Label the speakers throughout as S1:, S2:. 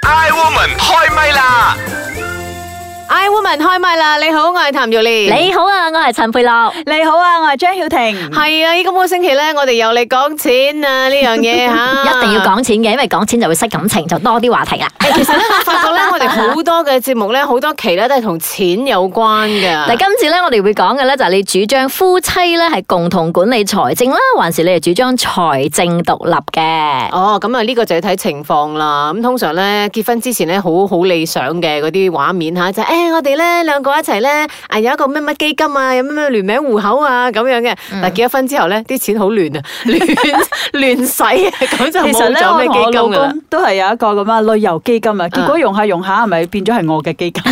S1: Iwoman 開唛啦！
S2: I Woman 開唛啦！你好，我係譚耀蓮。
S3: 你好啊，我係陳佩樂。
S4: 你好啊，我係張曉婷。
S2: 係啊！依今個星期咧，我哋又嚟講錢啊呢樣嘢吓，
S3: 一定要。講錢嘅，因為講錢就會識感情，就多啲話題啦。
S2: 其實咧，我發覺咧，我哋好多嘅節目咧，好多期咧都係同錢有關嘅。
S3: 但今次咧，我哋會講嘅咧就係你主張夫妻咧係共同管理財政啦，還是你係主張財政獨立嘅？
S2: 哦，咁啊呢個就要睇情況啦。咁通常咧結婚之前咧，好好理想嘅嗰啲畫面吓，就誒、哎我哋咧兩個一齊咧啊有一個乜乜基金啊，有乜乜聯名戶口啊咁樣嘅。但結咗婚之後咧，啲錢好亂啊， 亂亂使啊，咁就
S4: 其實
S2: 冇
S4: 咧，
S2: 咗咩
S4: 我
S2: 基
S4: 老
S2: 金噶啦
S4: 公。都係有一個咁啊旅遊基金啊，結果用下用下，係咪變咗係我嘅基金？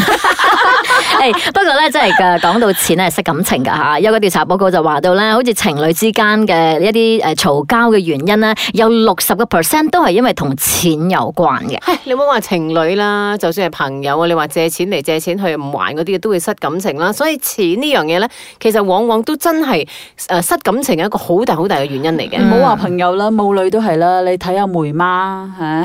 S3: 誒，不過咧，真係嘅，講到錢咧，係識感情㗎嚇。有個調查報告就話到咧，好似情侶之間嘅一啲誒嘈交嘅原因咧，有六十個 percent 都係因為同錢有關嘅。
S2: 唉，你唔好話情侶啦，就算係朋友啊，你話借錢嚟借錢去唔還嗰啲，都會失感情啦。所以錢呢樣嘢咧，其實往往都真係誒失感情嘅一個好大好大嘅原因嚟 嘅。
S4: 唔好話朋友啦，母女都係啦，你睇下梅媽嚇，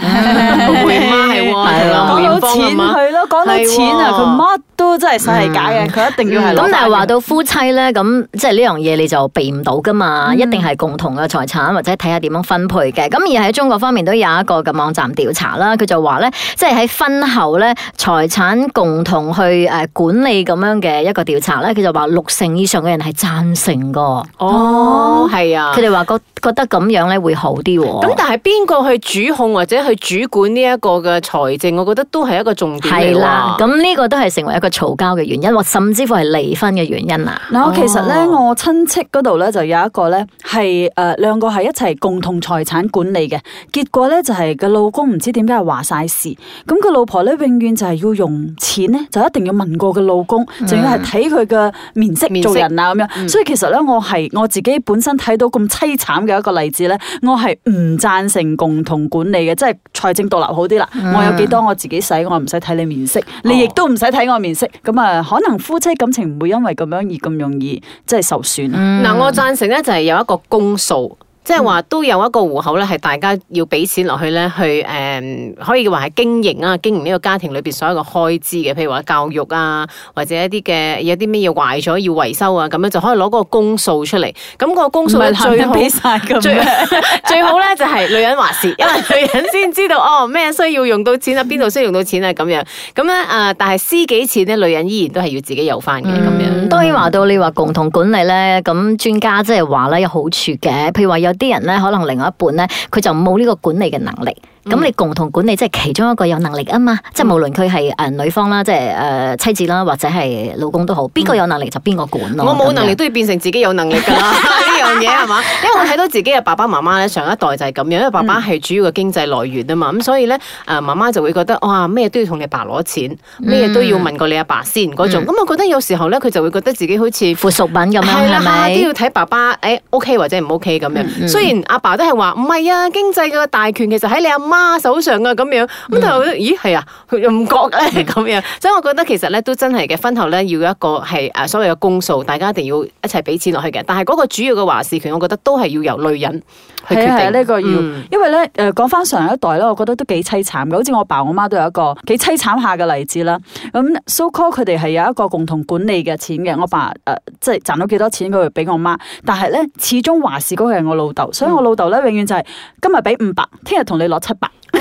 S2: 梅媽係喎
S3: 係咯
S4: 講
S2: 梅
S4: 到
S2: 芳啊
S4: 錢
S2: 嘛
S4: 係咯，講到錢啊，
S2: 係喎
S4: 佢乜都真係使係假嘅，佢一定要係攞
S3: 咁
S4: 返
S3: 但係話
S4: 嘅
S3: 到夫妻咧，咁即係呢樣嘢你就避唔到噶嘛，
S2: 嗯
S3: 一定係共同嘅財產或者睇下點樣分配嘅。咁而喺中國方面都有一個嘅網站調查啦，佢就話咧，即係喺婚後咧財產共同去誒管理咁樣嘅一個調查咧，佢就話六成以上嘅人係贊成噶，
S2: 啊哦，係啊哦
S3: 佢。哋話覺覺得咁樣咧會好啲喎。
S2: 咁但係邊個去主控或者去主管呢一個嘅財政，我覺得都係一個重點嚟
S3: 係
S2: 喎
S3: 啦，咁呢個都係成為一個嘈交嘅原因，或甚至乎係離婚嘅原因啊啦。
S4: 嗱，我其實咧，
S2: 哦
S4: 我親戚嗰度咧就有一個咧係誒兩個係一齊共同財產管理嘅，結果咧就係個老公唔知點解係話晒事，咁個老婆咧永遠就係要用錢咧，就一定要問過個老公，仲要係睇佢嘅面色
S2: 嗯面色嗯
S4: 做人啊咁樣，所以其實咧我係我自己本身睇到咁凄慘嘅一個例子咧，我係唔贊成共同管理嘅，即係財政獨立好啲啦，
S2: 嗯
S4: 我有幾多我自己使，我唔使睇你
S2: 哦
S4: 面色，你亦都唔使睇我面色，咁啊可能夫妻感情唔會因為咁樣而咁容易即係受損。啊
S3: 嗯
S2: 嗱，我贊成咧就係有一個公數。即係話都有一個戶口咧，係大家要俾錢落去咧，去誒、嗯可以話係經營啊，經營呢個家庭裏邊所有嘅開支嘅，譬如話教育啊，或者一啲嘅有啲咩嘢壞咗要維修啊，咁樣就可以攞嗰個公數出嚟。咁、個公數咧最 好
S4: 俾晒咁
S2: 最
S4: 樣
S2: 最好咧就係女人話事，因為女人先知道哦咩需要用到錢啊，邊度需要用到錢啊咁樣。咁咧誒，但係私己錢咧，女人依然都係要自己有翻嘅咁樣。
S3: 嗯，當然話到你話共同管理咧，咁專家即係話咧有好處嘅，譬如話有啲人咧，可能另外一半咧，佢就冇呢個管理嘅能力。
S2: 嗯
S3: 咁你共同管理即係其中一個有能力啊嘛，即係無論佢係誒女方啦，即係誒妻子啦，或者係老公都好，邊個有能力就邊個管咯。
S2: 我冇能力啊
S3: 咁樣
S2: 都要變成自己有能力㗎 啦，呢樣嘢係嘛？因為我睇到自己嘅爸爸媽媽咧，上一代就係咁樣，因為爸爸係主要嘅經濟來源啊嘛，咁所以咧誒媽媽就會覺得哇咩都要同你爸攞錢，咩都要問過你阿爸先嗰種。咁我覺得有時候咧，佢就會覺得自己好似
S3: 附屬品咁樣
S2: 係啦，
S3: 係
S2: 下下都
S3: 咪嗯
S2: 要？睇爸爸，誒、OK 或者唔 OK 咁樣。雖然阿爸都係話唔係啊，經濟嘅大權其實喺你阿媽手上啊咁樣。咁但
S3: 嗯
S2: 係我覺得，咦係啊，佢又唔覺咧咁樣。所以我覺得其實咧都真係嘅，婚後咧要有一個係誒所謂嘅公數，大家一定要一齊俾錢落去嘅。但係嗰個主要嘅話事權，我覺得都係要由女人去
S4: 係啊係
S2: 決
S4: 啊
S2: 定。
S4: 呢個要
S2: 嗯，
S4: 因為咧誒講翻上一代咧，我覺得都幾凄慘嘅，好似我爸我媽都有一個幾凄慘下嘅例子啦。咁 so call 佢哋係有一個共同管理嘅錢嘅，我爸誒、呃即係賺到幾多錢佢會俾我媽，但係咧始終話事嗰個係我老豆，
S3: 嗯
S4: 所以我老豆咧永遠就係、今日俾五百，聽日同你攞七百，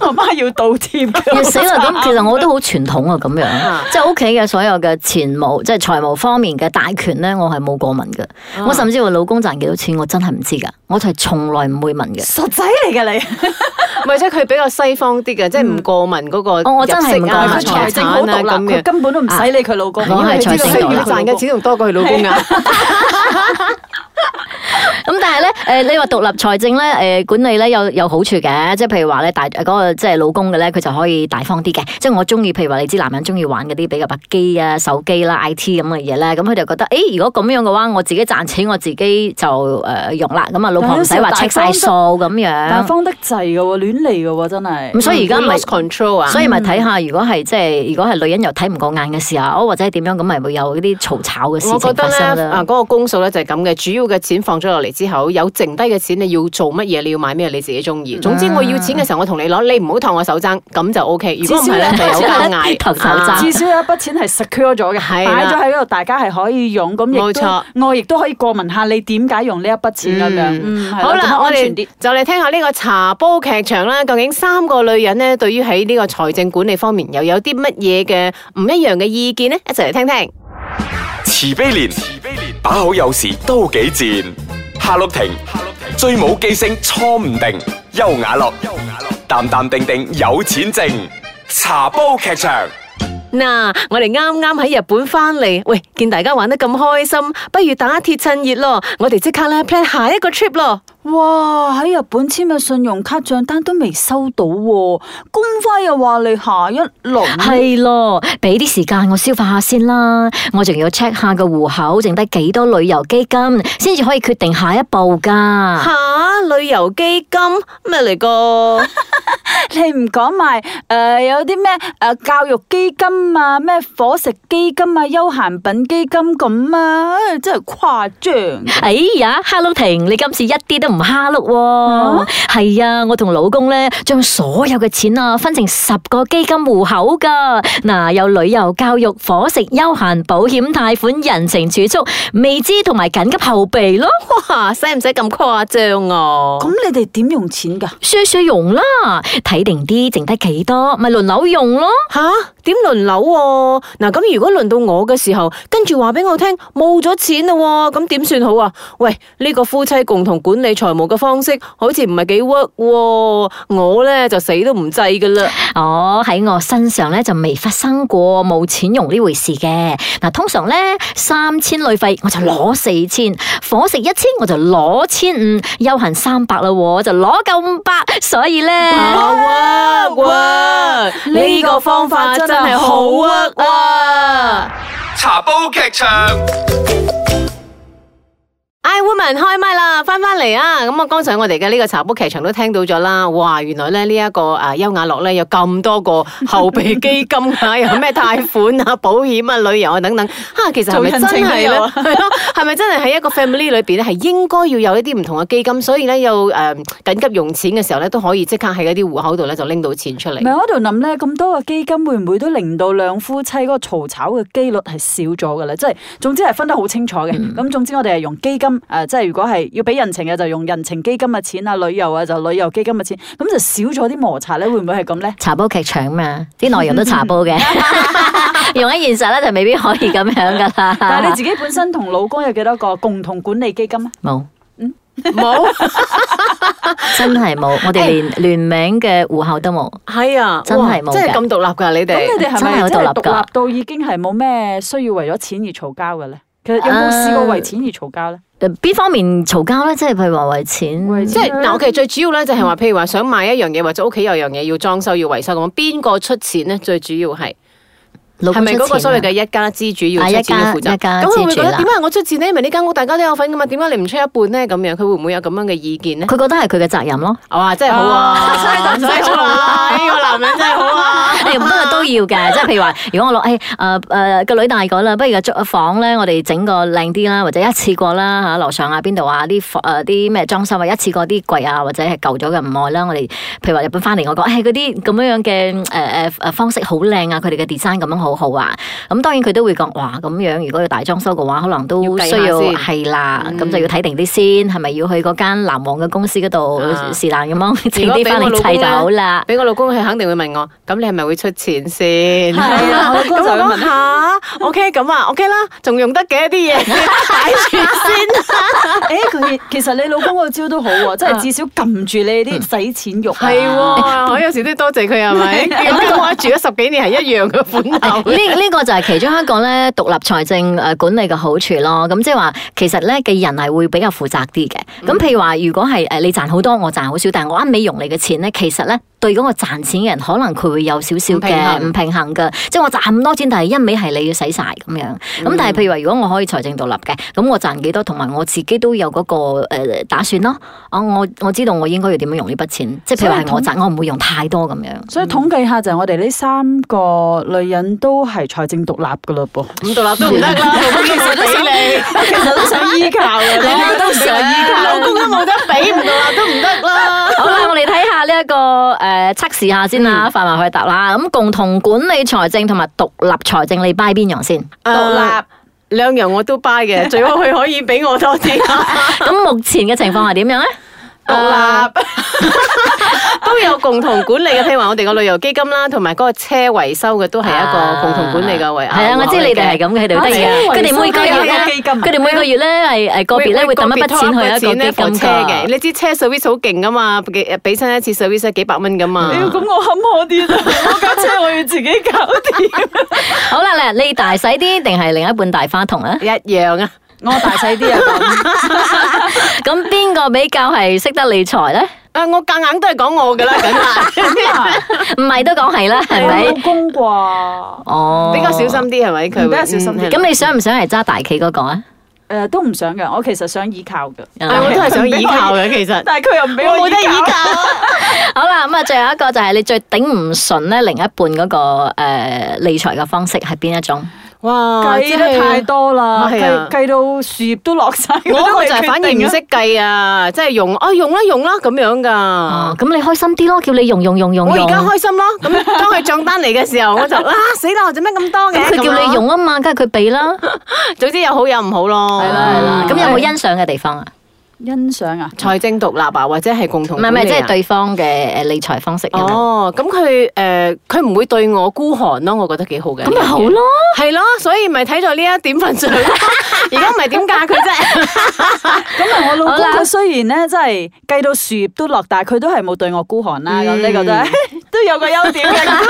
S4: 我媽要道歉嘅。
S3: 嗯 要死啦！咁其實我都好傳統啊，咁
S2: 啊
S3: 樣，即係屋企嘅所有嘅錢務，即係財務方面嘅大權咧，我係冇過問嘅。我甚至乎老公賺幾多錢，我真係唔知㗎，我就係從來唔會問嘅。
S4: 傻仔嚟嘅你，
S2: 唔係即係佢比較西方啲嘅，即係唔過問嗰個
S3: 哦我真係
S2: 入息
S3: 唔過
S2: 啊
S3: 問
S4: 佢
S3: 財
S4: 財
S2: 產
S4: 政好
S2: 啊咁
S4: 獨立，佢
S2: 樣。
S4: 根本都唔使理佢老公，
S3: 我係啊財政
S2: 需
S3: 獨立
S2: 要賺嘅錢仲多過佢老公啊！
S3: 咁但係咧，誒、你話獨立財政咧，誒、管理咧有有好處嘅，即係譬如話咧，大嗰、個即係老公嘅咧，佢就可以大方啲嘅。即係我中意，譬如話你知男人中意玩嗰啲比較白機啊、手機啦、IT 咁嘅嘢咧，咁佢就覺得，誒、如果咁樣嘅話，我自己賺錢，我自己就誒、用啦。咁啊，老婆唔使話
S4: 但係
S3: check
S4: 有時
S3: 晒
S4: 候
S3: 數咁
S4: 大
S3: 樣。
S4: 方得滯嘅喎，亂嚟嘅喎，真係。
S3: 啊咁所以而家咪
S2: lost。control 啊！
S3: 所以咪睇下，如果係即係，如果係女人又睇唔過眼嘅時候，或者係點樣咁，咪會有嗰啲嘈吵嘅事
S2: 我覺
S3: 情
S2: 得
S3: 發生
S2: 咧，啊
S3: 啦
S2: 嗰、。個公數咧就係咁嘅，主要嘅錢放咗咗落嚟之後，有剩低嘅錢，你要做乜嘢，你要買咩，你自己中意。總之我要錢嘅時候，我同你攞，你唔好托我手踭，咁就 O K。如果唔係咧，
S4: 至
S2: 就
S4: 少
S2: 有交嗌，
S3: 托手踭
S2: 啊
S4: 至少有一筆錢係 secure 咗嘅，
S2: 係啦
S4: 擺咗喺嗰度，大家係可以用，咁亦
S2: 冇錯
S4: 都我亦都可以過問下你點解用呢一筆錢咁樣。嗯係
S2: 好
S4: 咁
S2: 啦，
S4: 樣
S2: 我
S4: 安全啲
S2: 哋就嚟聽下呢個茶煲劇場啦。究竟三個女人咧，對於喺呢個財政管理方面又有啲乜嘢嘅唔一樣嘅意見呢？一齊嚟聽聽。
S1: 慈悲蓮，慈悲蓮，把好有時都幾賤。夏綠庭，夏綠庭，最冇記性錯唔定。優雅樂，優雅樂，淡淡定定有錢剩。茶煲劇場。
S2: 嗱，我哋啱啱喺日本翻嚟，喂，見大家玩得咁開心，不如打鐵趁熱咯。我哋即刻咧 plan 下一個 trip 咯。
S4: 哇！喺日本簽嘅信用卡帳單都未收到喎，公輝又話你下一輪。
S3: 係咯，俾啲時間我消化下先啦。我仲要 check 下個戶口，剩低幾多旅遊基金，先至可以決定下一步噶。
S2: 吓、旅遊基金咩嚟 噶？
S4: 你唔講埋誒有啲咩誒教育基金啊、咩伙食基金啊、休閒品基金咁啊，唉真係誇張。
S3: 哎呀，哈碌婷，你今次一啲都唔哈碌喎！係啊，我同老公咧將所有嘅錢啊分成十個基金户口噶。嗱，有旅遊、教育、伙食、休閒、保險、貸款、人情儲蓄、未知同埋緊急後備咯，
S2: 哇，使唔使咁誇張啊？
S4: 咁你哋點用錢㗎？
S3: 衰衰用啦，睇定啲，剩低幾多咪輪流用咯。
S2: 吓，點輪流喎、嗱，咁如果輪到我嘅時候，跟住話俾我聽冇咗錢啦、喎，咁點算好啊？喂，呢、個夫妻共同管理財務嘅方式好似唔係幾 work 喎、我咧就死都唔制噶啦。
S3: 哦，喺我身上咧就未發生過冇錢用呢回事嘅。嗱，通常咧三千旅費我就攞四千，伙食一千我就攞千五，休閒三百啦，我就攞夠五百，所以咧。
S2: 啊 work
S4: 呢個方法真係好 work
S2: 啊！
S1: 茶煲劇場。
S2: I woman 開麥啦，翻翻嚟啊！咁啊，剛才我哋嘅呢個茶煲劇場都聽到咗啦。哇，原來咧呢一個啊優雅樂咧有咁多個後備基金啊， 有咩貸款啊、保險啊、旅遊啊等等。嚇，其實係咪真
S4: 做人
S2: 係
S4: 情都
S2: 咧？
S4: 有啊
S2: 係咯，係咪真係喺一個 family 裏邊咧，係應該要有一啲唔同嘅基金，所以咧有誒緊急用錢嘅時候咧，都可以即刻喺一啲戶口度咧就拎到錢出嚟
S4: 唔。係我喺度諗咧，咁多個基金會唔會都令到兩夫妻嗰個嘈吵嘅機率係少咗㗎咧？即係總之係分得好清楚嘅。
S3: 嗯
S4: 咁、總之我哋係用基金誒、呃即係如果係要俾人情嘅就用人情基金嘅錢啊，旅遊啊就旅遊基金嘅錢，咁就少咗啲摩擦咧，會唔會係咁咧？
S3: 茶煲劇場嘛，啲內容都茶 煲嘅，用喺現實咧就未必可以咁樣噶啦。
S4: 但係你自己本身同老公有幾多個共同管理基金啊？
S3: 冇，
S2: 冇，
S3: 真係冇，我
S2: 哎
S3: 哋連聯名嘅戶口都冇。
S2: 係啊，
S3: 真係
S2: 哇
S3: 冇
S2: 真係
S3: 嘅
S2: 咁獨立㗎，你哋
S4: 咁你哋係
S3: 真係有
S4: 咪真
S3: 獨
S4: 係
S3: 立㗎
S4: 獨立到已經係冇咩需要為咗錢而嘈交嘅咧？其實有冇試過為錢而嘈交咧？
S3: 誒邊方面嘈交咧？即係譬如話為錢，
S4: 為
S2: 即係嗱，我其實最主要咧就係話，譬如話想買一樣嘢，或者屋企有樣嘢要裝修要維修咁，邊個出錢咧？最主要係
S3: 老
S2: 係
S3: 公
S2: 咪嗰
S3: 出
S2: 個
S3: 錢
S2: 所謂
S3: 啊
S2: 嘅一家之主要
S3: 啊
S2: 出錢要負
S3: 一家
S2: 責？
S3: 一家
S2: 咁佢會
S3: 之
S2: 覺
S3: 主
S2: 得
S3: 啦
S2: 點解我出錢呢？因為呢間屋大家都有份噶嘛，點解你唔出一半咧？咁樣佢會唔會有咁樣嘅意見咧？
S3: 佢覺得係佢嘅責任咯。
S2: 哇，真係好啊！
S4: 啊
S2: 真係好啊！呢個男人真係好啊！
S3: 誒不過哎都要 嘅，即係譬如話，如果我攞誒誒誒呃個女大咗啦，不如就租個呃房咧，我哋整個靚啲啦，或者一次過啦嚇，樓上啊邊度啊啲房誒啲咩裝修啊，一次過啲櫃啊或者係舊咗嘅唔愛啦，我哋譬如話日本翻嚟，我講誒嗰啲咁樣樣嘅誒誒誒方式好靚啊，佢哋嘅 design 咁樣好好啊，咁當然佢都會講哇咁樣，如果要大裝修嘅話，可能都
S2: 要計
S3: 需
S2: 下
S3: 要
S2: 先
S3: 係啦，
S2: 嗯
S3: 咁就要睇定啲先，係咪要去嗰間南王嘅公司嗰
S2: 啊
S3: 度是但咁樣整
S2: 如果俾
S3: 啲翻
S2: 我
S3: 嚟
S2: 老公
S3: 砌就
S2: 咧
S3: 好啦。
S2: 俾我老公，佢肯定會問我：咁你係咪會出錢先？
S4: 係啊我老公
S2: 咁
S4: 就
S2: 我
S4: 會
S2: 講
S4: 問
S2: 下 OK 咁啊，OK 啦，仲用得嘅啲嘢 擺住先。啊
S4: 誒佢其實你老公個招都好喎，即係至少撳住你啲使錢欲啊。
S2: 啊嗯係喎，我有時都多謝佢係咪？咁我住咗十幾年係一樣嘅款
S3: 呢
S2: 頭。
S3: 呢個就係其中一個咧獨立財政誒管理嘅好處咯。咁即係話，其實咧嘅人係會比
S2: 嗯
S3: 呃較負責啲嘅。咁譬如話，如果係誒你賺好多，我賺好少，但係我一味用你嘅錢咧，其實咧對嗰個賺錢嘅人，可能佢會有少少
S2: 唔平
S3: 嘅
S2: 衡
S3: 唔平衡嘅，即係我賺咁多錢，但係一味係你要使晒咁樣。
S2: 嗯
S3: 咁但係譬如話，如果我可以財政獨立嘅，咁我賺幾多，同埋我自己都有嗰個呃打算咯。啊我我知道我應該要點樣用呢筆錢，即係譬如話係我賺，我唔會用太多咁樣。
S4: 所以統計下就係我哋呢三個女人都係財政獨立噶嘞噃。
S2: 五獨 立都唔得啦，老公其實都想你，
S4: 其實都想依靠 嘅，兩個都想依靠。
S2: 老公都冇得俾，唔獨立都唔得啦。
S3: 好啦，我哋睇下呢、一個誒測試下先啦，範圍去答啦。咁共同管理財政同埋獨立財政，你 buy 邊 樣先？
S2: 獨立啊兩樣我都 buy 嘅，最好佢可以俾我多啲。
S3: 咁目前嘅情況係點樣咧？
S2: 獨立 都有共同管理嘅，譬如話我哋個旅遊基金啦，同埋嗰個車維修嘅都係一個共同管理嘅位。
S3: 啊係啊，我知你哋係咁嘅，佢哋好得意啊
S4: 啊
S3: 佢哋每個月咧
S4: 有個基金啊，
S3: 佢哋每個月咧係誒個別咧會抌一筆錢去一個基金
S2: 車嘅，
S3: 㗎。
S2: 你知車 service 好勁噶嘛，幾俾親一次 service 幾百蚊噶嘛。
S4: 要哎咁我坎坷啲啦，我架車我要自己搞掂。
S3: 好啦，你你大使啲定係另一半大花 筒啊？
S2: 一樣啊，
S4: 我大細 啲啊，
S3: 咁邊個比較係識得理財咧？
S2: 啊我夾硬都係講我噶啦，梗係
S3: 唔係都講係啦，係咪？
S4: 公啩？
S3: 哦，
S2: 比較小心啲係咪？佢會
S4: 比較小心啲
S2: 嗯係啦
S3: 咁你想唔想係揸大企嗰個啊？
S4: 誒都唔想嘅，我其實想依靠嘅，
S2: 啊我都 係想依靠嘅，其實
S4: 但係佢又唔俾
S2: 我
S4: 我
S2: 冇得依
S4: 依靠。
S2: 靠。
S3: 好啦，咁啊，最後一個就係你最頂唔順咧，另一半嗰、個呃理財嘅方式係邊一種？
S2: 哇！
S4: 計
S2: 真
S4: 得
S2: 係啊
S4: 太多啦，
S2: 係啊
S4: 計計到樹葉都落晒。
S2: 我嗰個就
S4: 係
S2: 係反而唔識計啊，即係用啊用啦用啦咁樣
S3: 哦
S2: 噶，。
S3: 咁你開心啲咯，叫你用用用用
S2: 我而
S3: 用。
S2: 家開心咯，咁當佢帳單嚟嘅時候，我就啊死啦！做咩咁多嘅？
S3: 咁佢
S2: 咁
S3: 叫
S2: 咯哦
S3: 你，用啊嘛，梗係佢俾啦。
S2: 總之有好有唔好咯。
S4: 係啦係啦
S3: 咁有冇欣賞嘅地方啊？
S4: 欣賞啊！
S2: 財政獨立啊，或者係共
S3: 唔
S2: 同
S3: 係
S2: 管
S3: 唔
S2: 理啊
S3: 係，即係對啊方嘅誒理財方式有冇。
S2: 哦，咁佢誒佢唔會對我孤寒咯，我覺得幾好嘅。
S3: 咁咪好咯，
S2: 係咯，所以咪睇在呢一點份 上，而家唔係點嫁佢啫。
S4: 咁啊，我老
S3: 好
S4: 公
S3: 啦
S4: 佢雖然咧，真係計到樹葉都落，但係佢都係冇對我孤寒啦。咁
S2: 嗯
S4: 呢個都係 都有個優點嘅。啊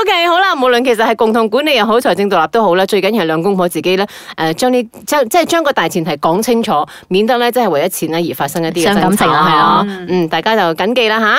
S2: O、k 好啦，無論其實係共同管理又好，財政獨立都好啦，最緊要係兩公婆自己咧，誒、將呢即即係將個大前提講清楚，免得咧即係為咗錢咧而發生一啲嘅
S3: 傷感
S2: 爭
S3: 情
S2: 吵
S3: 啊
S2: 係
S3: 係啊
S2: 咯，嗯，大家就緊記啦吓。